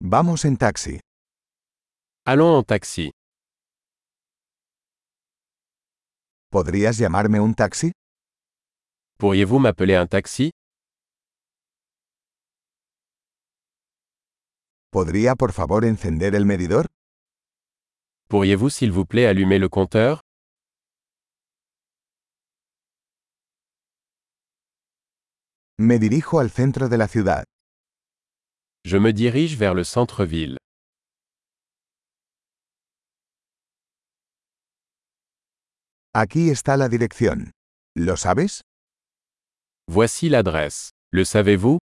Vamos en taxi. Allons en taxi. ¿Podrías llamarme un taxi? Pourriez-vous m'appeler un taxi ¿Podría por favor encender el medidor? Pourriez-vous s'il vous plaît allumer le compteur Me dirijo al centro de la ciudad. Je me dirige vers le centre-ville. Aquí está la dirección. ¿Lo sabes? Voici l'adresse. Le savez-vous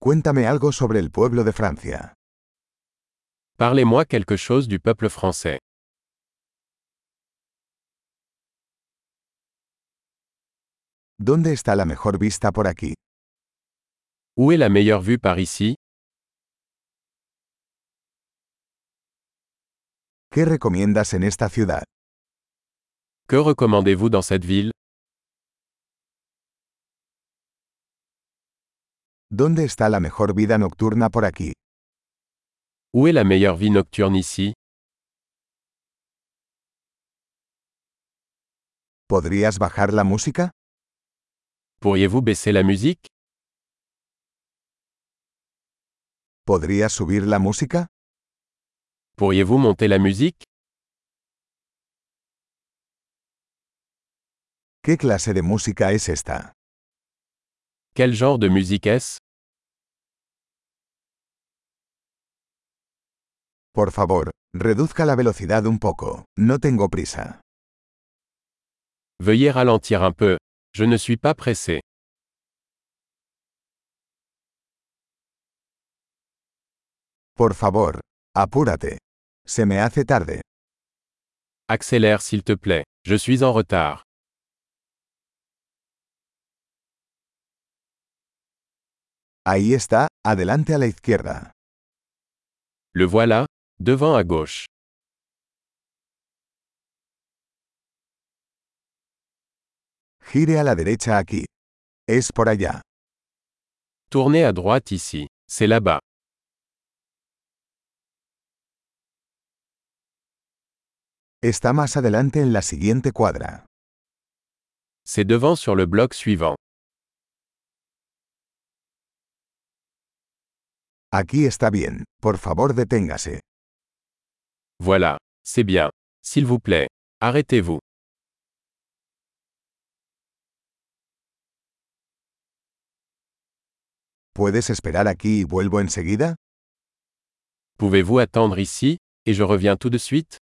Cuéntame algo sobre el pueblo de Francia. Parlez-moi quelque chose du peuple français. ¿Dónde está la mejor vista por aquí? Où est la meilleure vue par ici ¿Qué recomiendas en esta ciudad? Que recommandez-vous dans cette ville ¿Dónde está la mejor vida nocturna por aquí? Où est la meilleure vie nocturne ici ¿Podrías bajar la música? Pourriez-vous baisser la musique ¿Podrías subir la música? Pourriez-vous monter la musique ¿Qué clase de música es esta? Quel genre de musique est-ce Por favor, reduzca la velocidad un poco. No tengo prisa. Veuillez ralentir un peu. Je ne suis pas pressé. Por favor, apúrate. Se me hace tarde. Accélère s'il te plaît. Je suis en retard. Ahí está, adelante a la izquierda. Le voilà, devant à gauche. Gire a la derecha aquí. Es por allá. Tournez à droite ici. C'est là-bas. Está más adelante en la siguiente cuadra. C'est devant sur le bloc suivant. Aquí está bien. Por favor, deténgase. Voilà. C'est bien. S'il vous plaît, arrêtez-vous. ¿Puedes esperar aquí y vuelvo enseguida? Pouvez-vous attendre ici, et je reviens tout de suite